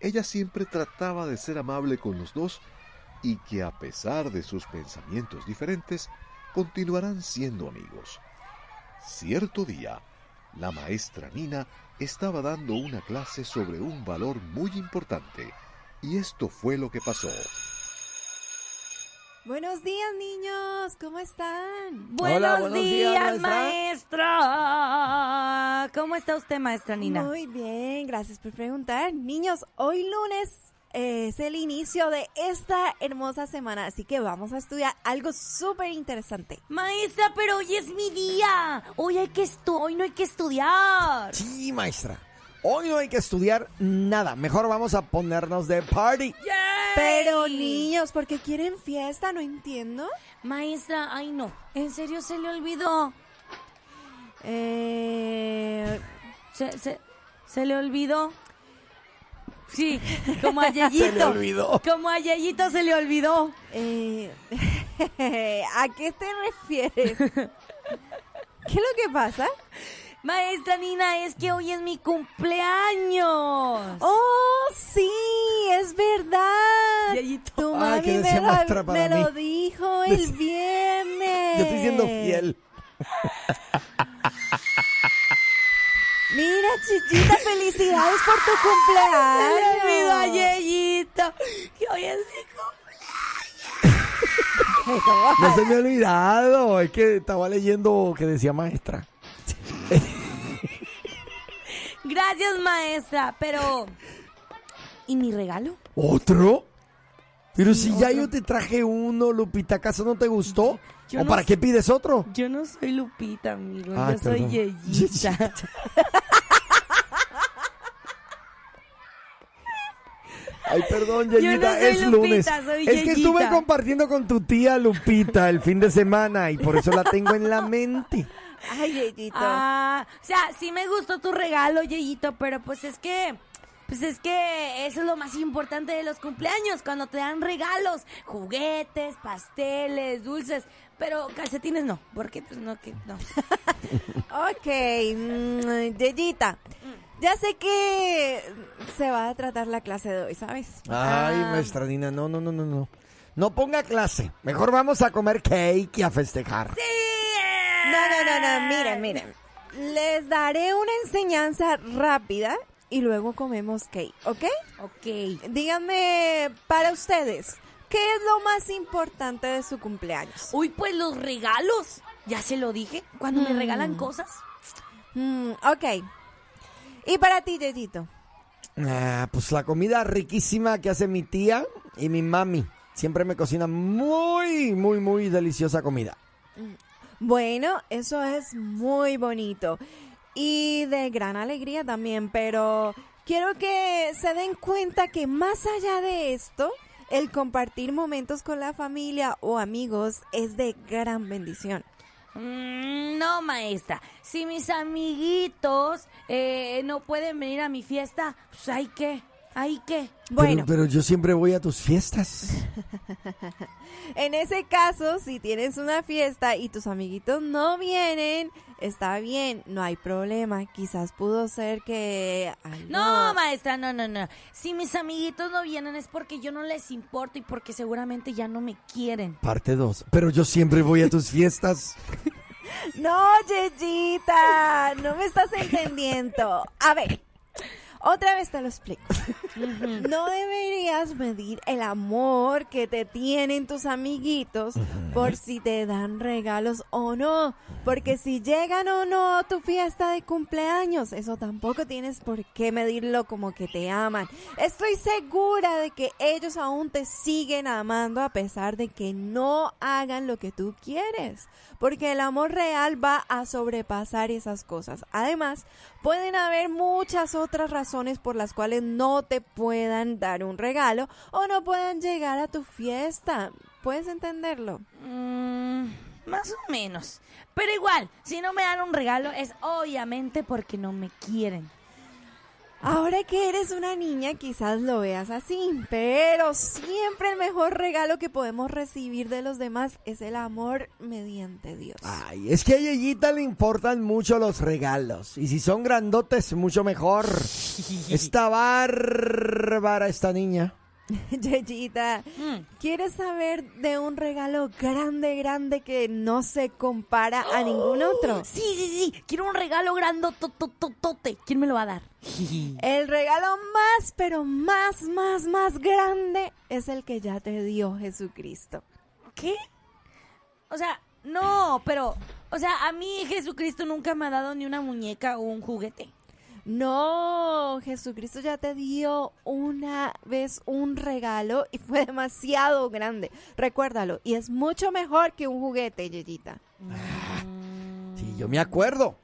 Ella siempre trataba de ser amable con los dos y que a pesar de sus pensamientos diferentes, continuarán siendo amigos. Cierto día, la maestra Nina estaba dando una clase sobre un valor muy importante, y esto fue lo que pasó. Buenos días, niños. ¿Cómo están? Buenos, buenos días, días, maestra. ¿Cómo está usted, maestra Nina? Muy bien, gracias por preguntar. Niños, hoy lunes eh, es el inicio de esta hermosa semana, así que vamos a estudiar algo súper interesante. Maestra, pero hoy es mi día. Hoy hay que estu hoy no hay que estudiar. Sí, maestra. Hoy no hay que estudiar nada. Mejor vamos a ponernos de party. Pero, niños, ¿por qué quieren fiesta? No entiendo. Maestra, ay no. En serio se le olvidó. Eh, Se, se, se le olvidó. Sí, como a Yeyito. Se le olvidó. Como a Yeyito se le olvidó. eh, ¿A qué te refieres? ¿Qué es lo que pasa? Maestra Nina, es que hoy es mi cumpleaños. ¡Oh, sí! ¡Es verdad! Yayito. Tu Ah, mami que me, decía lo, maestra me para lo mí. dijo el viernes. Yo estoy siendo fiel. Mira, chichita, felicidades por tu Se cumpleaños. le olvidó a Yeyito. Que hoy es mi cumpleaños. No se me ha olvidado. Es que estaba leyendo que decía maestra. Gracias, maestra, pero... ¿Y mi regalo? ¿Otro? Pero si ya yo te traje uno, Lupita, ¿acaso no te gustó? Yo ¿O no para sé. qué pides otro? Yo no soy Lupita, amigo. Ah, yo soy perdón. Yeyita. Ay, perdón, Yo no Yeyita, soy es Lupita, lunes. soy es que estuve Yeyita. compartiendo con tu tía Lupita el fin de semana y por eso la tengo en la mente. Ay, Yeyito. Ah, o sea, sí me gustó tu regalo, Yeyito, pero pues es que... Pues es que eso es lo más importante de los cumpleaños, cuando te dan regalos, juguetes, pasteles, dulces, pero calcetines no, porque pues no, que no. Ok, mm, Yeyita. Ya sé que se va a tratar la clase de hoy, ¿sabes? Ay, maestra Nina, no, no, no, no, no. No ponga clase. Mejor vamos a comer cake y a festejar. No, no, no, no, miren, miren. Les daré una enseñanza rápida y luego comemos cake, ¿ok? Ok. Díganme, para ustedes, ¿qué es lo más importante de su cumpleaños? Uy, pues los regalos. Ya se lo dije, cuando me regalan cosas. Mm, ok. ¿Y para ti, Yeyito? Ah, pues la comida riquísima que hace mi tía y mi mami. Siempre me cocina muy, muy, muy deliciosa comida. Bueno, eso es muy bonito y de gran alegría también, pero quiero que se den cuenta que más allá de esto, el compartir momentos con la familia o amigos es de gran bendición. Mm, no, maestra. Si mis amiguitos eh, no pueden venir a mi fiesta, pues hay que, hay que. Bueno, Pero, pero yo siempre voy a tus fiestas. en ese caso, si tienes una fiesta y tus amiguitos no vienen, está bien, no hay problema. Quizás pudo ser que... ay, No, maestra, no, no, no. Si mis amiguitos no vienen es porque yo no les importo y porque seguramente ya no me quieren. Parte 2. Pero yo siempre voy a tus fiestas. No, Yeyita, no me estás entendiendo. A ver, Otra vez te lo explico. No deberías medir el amor que te tienen tus amiguitos por si te dan regalos o no. Porque si llegan o no a tu fiesta de cumpleaños, eso tampoco tienes por qué medirlo como que te aman. Estoy segura de que ellos aún te siguen amando a pesar de que no hagan lo que tú quieres. Porque el amor real va a sobrepasar esas cosas. Además, pueden haber muchas otras razones por las cuales no te puedan dar un regalo o no puedan llegar a tu fiesta. ¿Puedes entenderlo? Mm, más o menos. Pero igual, si no me dan un regalo es obviamente porque no me quieren. Ahora que eres una niña quizás lo veas así, pero siempre el mejor regalo que podemos recibir de los demás es el amor mediante Dios. Ay, es que a Yeyita le importan mucho los regalos. Y si son grandotes, mucho mejor. Está bárbara esta niña. Yeyita, ¿quieres saber de un regalo grande, grande que no se compara a ningún otro? Sí, sí, sí. Quiero un regalo grandotototote. ¿Quién me lo va a dar? El regalo más, pero más, más, más grande es el que ya te dio Jesucristo. ¿Qué? O sea, no, pero... O sea, a mí Jesucristo nunca me ha dado ni una muñeca o un juguete. No, Jesucristo ya te dio una vez un regalo y fue demasiado grande. Recuérdalo, y es mucho mejor que un juguete, Yeyita. Sí, yo me acuerdo.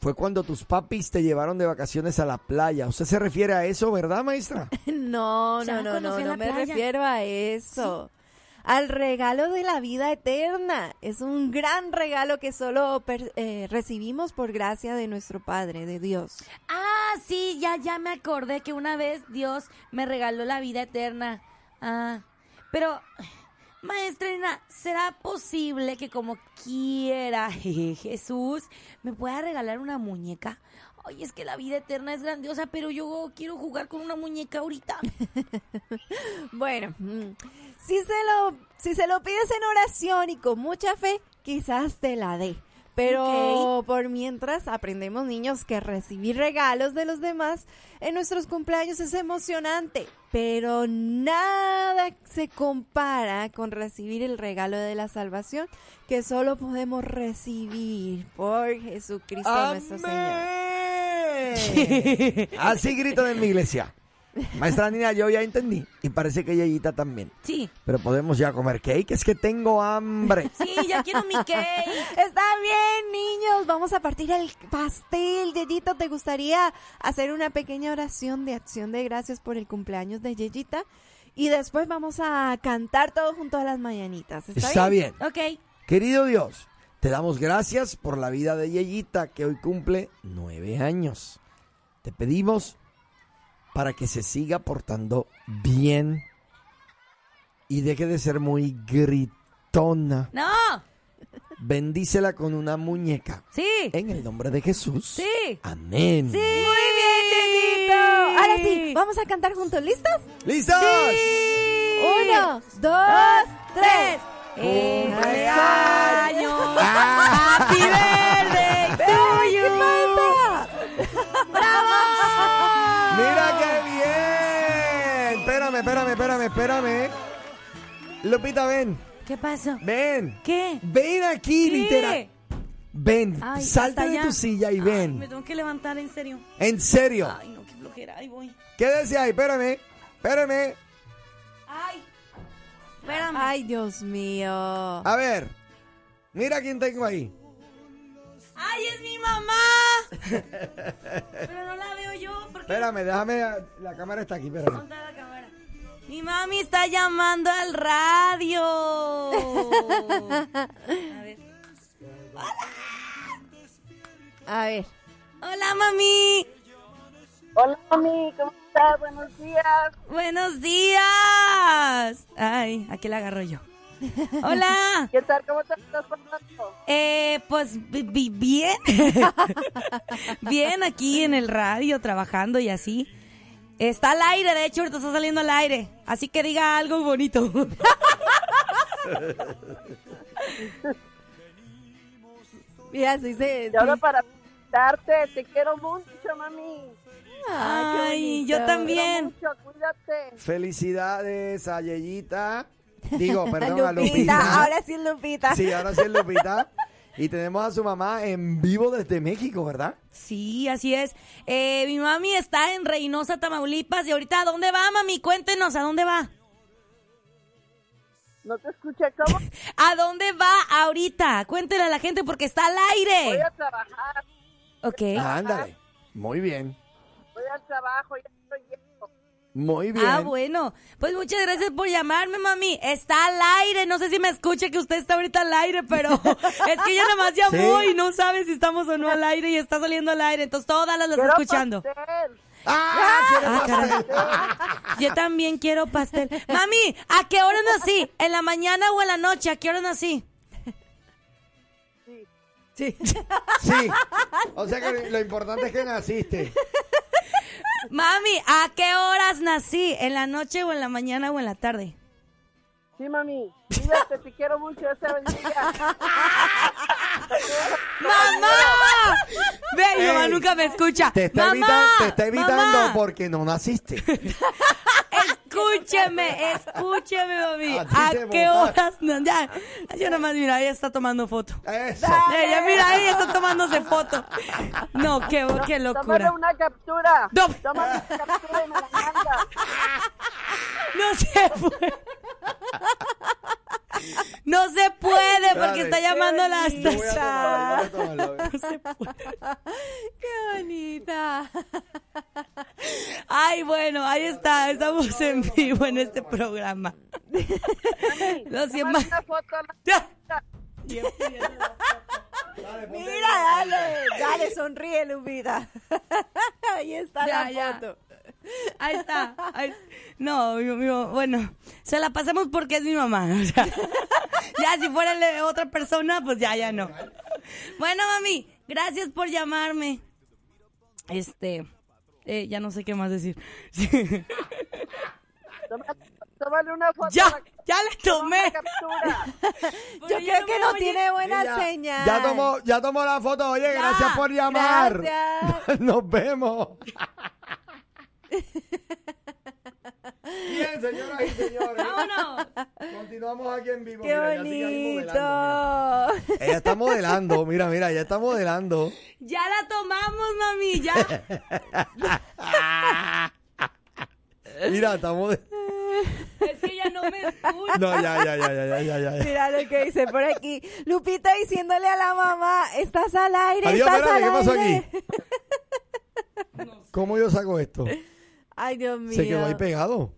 Fue cuando tus papis te llevaron de vacaciones a la playa. Usted se refiere a eso, ¿verdad, maestra? No, O sea, no, no, cuando no, fui a no la me playa. refiero a eso. Al regalo de la vida eterna. Es un gran regalo que solo per- eh, recibimos por gracia de nuestro Padre, de Dios. Ah, sí, ya, ya me acordé que una vez Dios me regaló la vida eterna. Ah, pero, maestra Elena, ¿será posible que como quiera jeje, Jesús me pueda regalar una muñeca? Ay, es que la vida eterna es grandiosa, pero yo quiero jugar con una muñeca ahorita. Bueno, mm, si se lo, si se lo pides en oración y con mucha fe, quizás te la dé. Pero por mientras aprendemos niños que recibir regalos de los demás en nuestros cumpleaños es emocionante, pero nada se compara con recibir el regalo de la salvación que solo podemos recibir por Jesucristo nuestro Señor. ¡Amén! Así gritan en mi iglesia. Maestra Nina, yo ya entendí. Y parece que Yeyita también. Sí, Pero podemos ya comer cake. Es que tengo hambre. sí, ya quiero mi cake. Está bien, niños. Vamos a partir el pastel. Yeyito, ¿te gustaría hacer una pequeña oración de acción de gracias por el cumpleaños de Yeyita? Y después vamos a cantar todos juntos a las mañanitas. ¿Está, Está bien. Ok, Querido Dios, te damos gracias por la vida de Yeyita, que hoy cumple nueve años. Te pedimos para que se siga portando bien y deje de ser muy gritona. no, Bendícela con una muñeca. sí, En el nombre de Jesús. sí. Amén. Sí. Muy bien, Ahora sí, vamos a cantar juntos. ¿Listos? ¿Listos? Uno, dos, tres. ¡Cumpleaños! Ah. ¡Happy birthday to ¡Ay, qué pasa! ¡Mira qué bien! Espérame, espérame, espérame, espérame. Lupita, ven. ¿Qué pasó? Ven. ¿Qué? Ven aquí, literal. Ven, Ay, salta hasta de allá. tu silla y Ay, ven. me tengo que levantar, en serio. En serio. Ay, no, qué flojera. Ahí voy. Quédese ahí, espérame. Espérame. Ay. Espérame. Ay, Ay, Dios mío. A ver. Mira quién tengo ahí. es mi mamá! Pero no la veo yo porque... Espérame, déjame. La cámara está aquí, espérame. ¿Dónde está la cámara? Mi mami está llamando al radio. A ver. A ver. Hola, mami. Hola, mami, ¿cómo estás? Buenos días. Buenos días. Ay, aquí la agarro yo. Hola. ¿Qué tal? ¿Cómo te estás pasando? Eh, pues bi- bi- bien. bien aquí en el radio trabajando y así. Está al aire, de hecho, ahorita está saliendo al aire. Así que diga algo bonito. Mira, así se. Y ahora para felicitarte. Te quiero mucho, mami. Ay, yo Te quiero también. mucho, cuídate. Felicidades a Yeyita. Digo, perdón, a Lupita, Lupita. ahora sí es Lupita. Sí, ahora sí es Lupita. Y tenemos a su mamá en vivo desde México, ¿verdad? Sí, así es. Eh, mi mami está en Reynosa, Tamaulipas. ¿Y ahorita a dónde va, mami? Cuéntenos, ¿a dónde va? No te escuché, ¿cómo? ¿A dónde va ahorita? Cuéntele a la gente porque está al Voy aire. a trabajar, Ok. Ándale. Muy bien. voy al trabajo, ya estoy yendo. Muy bien. Ah, bueno. Pues muchas gracias por llamarme, mami. Está al aire. No sé si me escucha que usted está ahorita al aire, pero es que ella nada más llamó Sí. y no sabe si estamos o no al aire y está saliendo al aire. Entonces todas las está Quiero escuchando. pastel. ¡Ah! quiere Ah, pastel. Yo también quiero pastel. Mami, ¿a qué hora nací? ¿En la mañana o en la noche? ¿A qué hora nací? Sí. Sí. O sea que lo importante es que naciste. Mami, ¿a qué horas nací? ¿En la noche o en la mañana o en la tarde? Sí, mami. Cuídate, te quiero mucho. Dios te bendiga. ¡Mamá! Ve, mi mamá Ey, nunca me escucha. Te está, ¡Mamá! evitando, te está evitando ¡Mamá! porque no naciste. Escúcheme, escúcheme, mami. A ti ¿A te qué botaron. horas? No, ya, ya nomás, mira, ella está tomando foto. Eso. Ella, mira, ella está tomándose foto. No, qué, Oh, qué Tómale locura. una captura. No. Tómale una captura y me la manda. No se puede. No se puede porque Dale. está llamando la Yo voy a tomarlo, voy a tomarlo. ¡Qué bonita! Ay, bueno, ahí está. Estamos en vivo en este programa. Lo siento. Tómale una foto. Mira, dale, dale, sonríe, Lupita. Ahí está Ya, ya. la foto. Ahí está. ahí- No, mi- mi- bueno, se la pasamos porque es mi mamá. o sea, ya si fuera la otra persona, pues ya, ya no. Bueno, mami, gracias por llamarme. Este, eh, ya no sé qué más decir. Sí. Tómale, tómale una foto. Ya, la- ya le toma tomé. la captura. Yo creo que no tiene buena Ya- señal. Ya tomó, ya tomó la foto. Oye, gracias por llamar. gracias. Nos vemos. Bien, señoras y señores. Vámonos. Continuamos aquí en vivo. ¡Qué Mira, ya sigue ahí modelando, bonito! mira. Ella está modelando, mira, mira, ella está modelando. Ya la tomamos, mami, ya. Mira, está modelando. Es que ya no me escucha. No, ya, ya, ya, ya, ya, ya, ya. Mira lo que dice por aquí. Lupita diciéndole a la mamá, estás al aire, Adiós, estás espérate, al ¿qué pasó aire". aquí? ¿Cómo yo saco esto? Ay, Dios mío. Se quedó ahí pegado.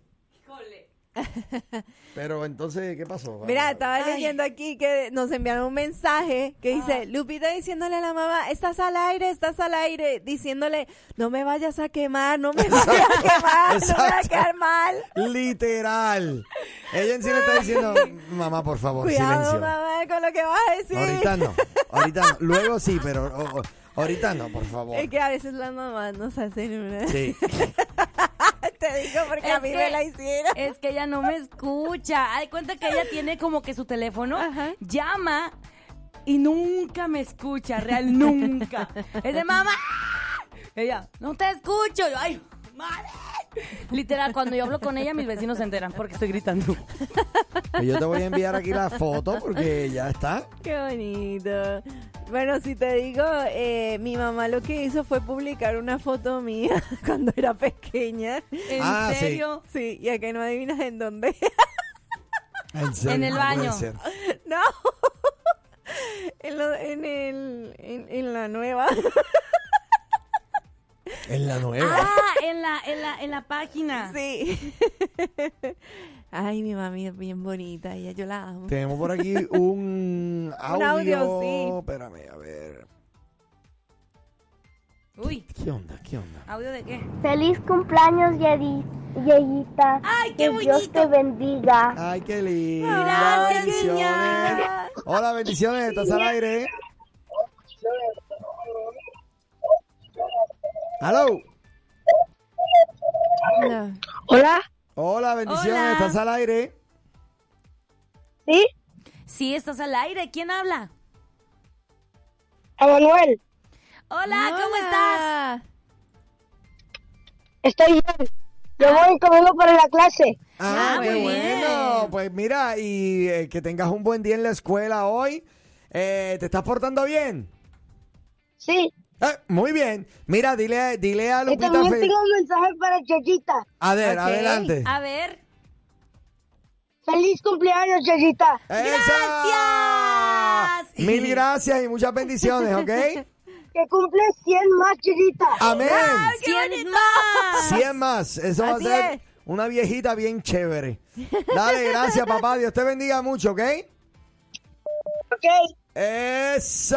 Pero entonces, ¿qué pasó? Mira, Vamos a ver. estaba leyendo aquí que nos enviaron un mensaje que dice, Lupita diciéndole a la mamá, estás al aire, estás al aire, diciéndole, no me vayas a quemar, no me vayas a quemar, no me vas Exacto. a quedar mal. Literal. Ella en sí le está diciendo, mamá, por favor, Cuidado, Oh, silencio. mamá, con lo que vas a decir. Ahorita no, ahorita no. Luego sí, pero o- o- ahorita no, por favor. Es que a veces las mamás nos hacen una... Sí. Te digo porque Es a mí que- me la hicieron. Es que ella no me escucha. Hay cuenta que ella tiene como que su teléfono llama y nunca me escucha, real, nunca. Es de mamá. Ella, no te escucho. Yo, ay, madre. Literal, cuando yo hablo con ella, mis vecinos se enteran porque estoy gritando. Pues yo te voy a enviar aquí la foto porque ya está. Qué bonito. Bueno, si te digo, eh, mi mamá lo que hizo fue publicar una foto mía cuando era pequeña. ¿En Ah, sí. serio? Sí, ya que no adivinas en dónde. En, serio, En el no puede baño. ser. no. en, lo- en el, en, en la nueva. En la nueva. Ah, en la, en la, en la página. sí. Ay, mi mami es bien bonita. Ella, yo la amo. Tenemos por aquí un audio. audio, sí. Espérame, a ver. Uy, ¿Qué onda? ¿Qué onda? ¿audio de qué? Feliz cumpleaños, Yedi- Yeyita. ¡Ay, qué que Dios te bendiga. Ay, qué lindo. Gracias, Bendiciones. niña. Hola, bendiciones. Estás al aire. Hello. No. Hola. Hola, bendiciones. Hola. Estás al aire. ¿Sí? Sí, estás al aire. ¿Quién habla? A Manuel. Hola, ¿cómo estás? Estoy bien. Yo voy conmigo para la clase. Ah, Ah, qué muy bueno. bien. Pues mira, y eh, que tengas un buen día en la escuela hoy. Eh, ¿Te estás portando bien? Sí. Eh, muy bien. Mira, dile, dile a Y Lupita. también Fe- tengo un mensaje para Chachita. A ver, Ok, Ah, adelante. A ver. ¡Feliz cumpleaños, Chachita! ¡Esa! ¡Gracias! Mil gracias y muchas bendiciones, ¿ok? ¡Que cumples 100 más, Chachita! Ah. Amén. ¡Cien más! 100 más. Eso va a Así ser es. una viejita bien chévere. Dale, gracias, papá. Dios te bendiga mucho, ¿ok? ¿Ok? Eso.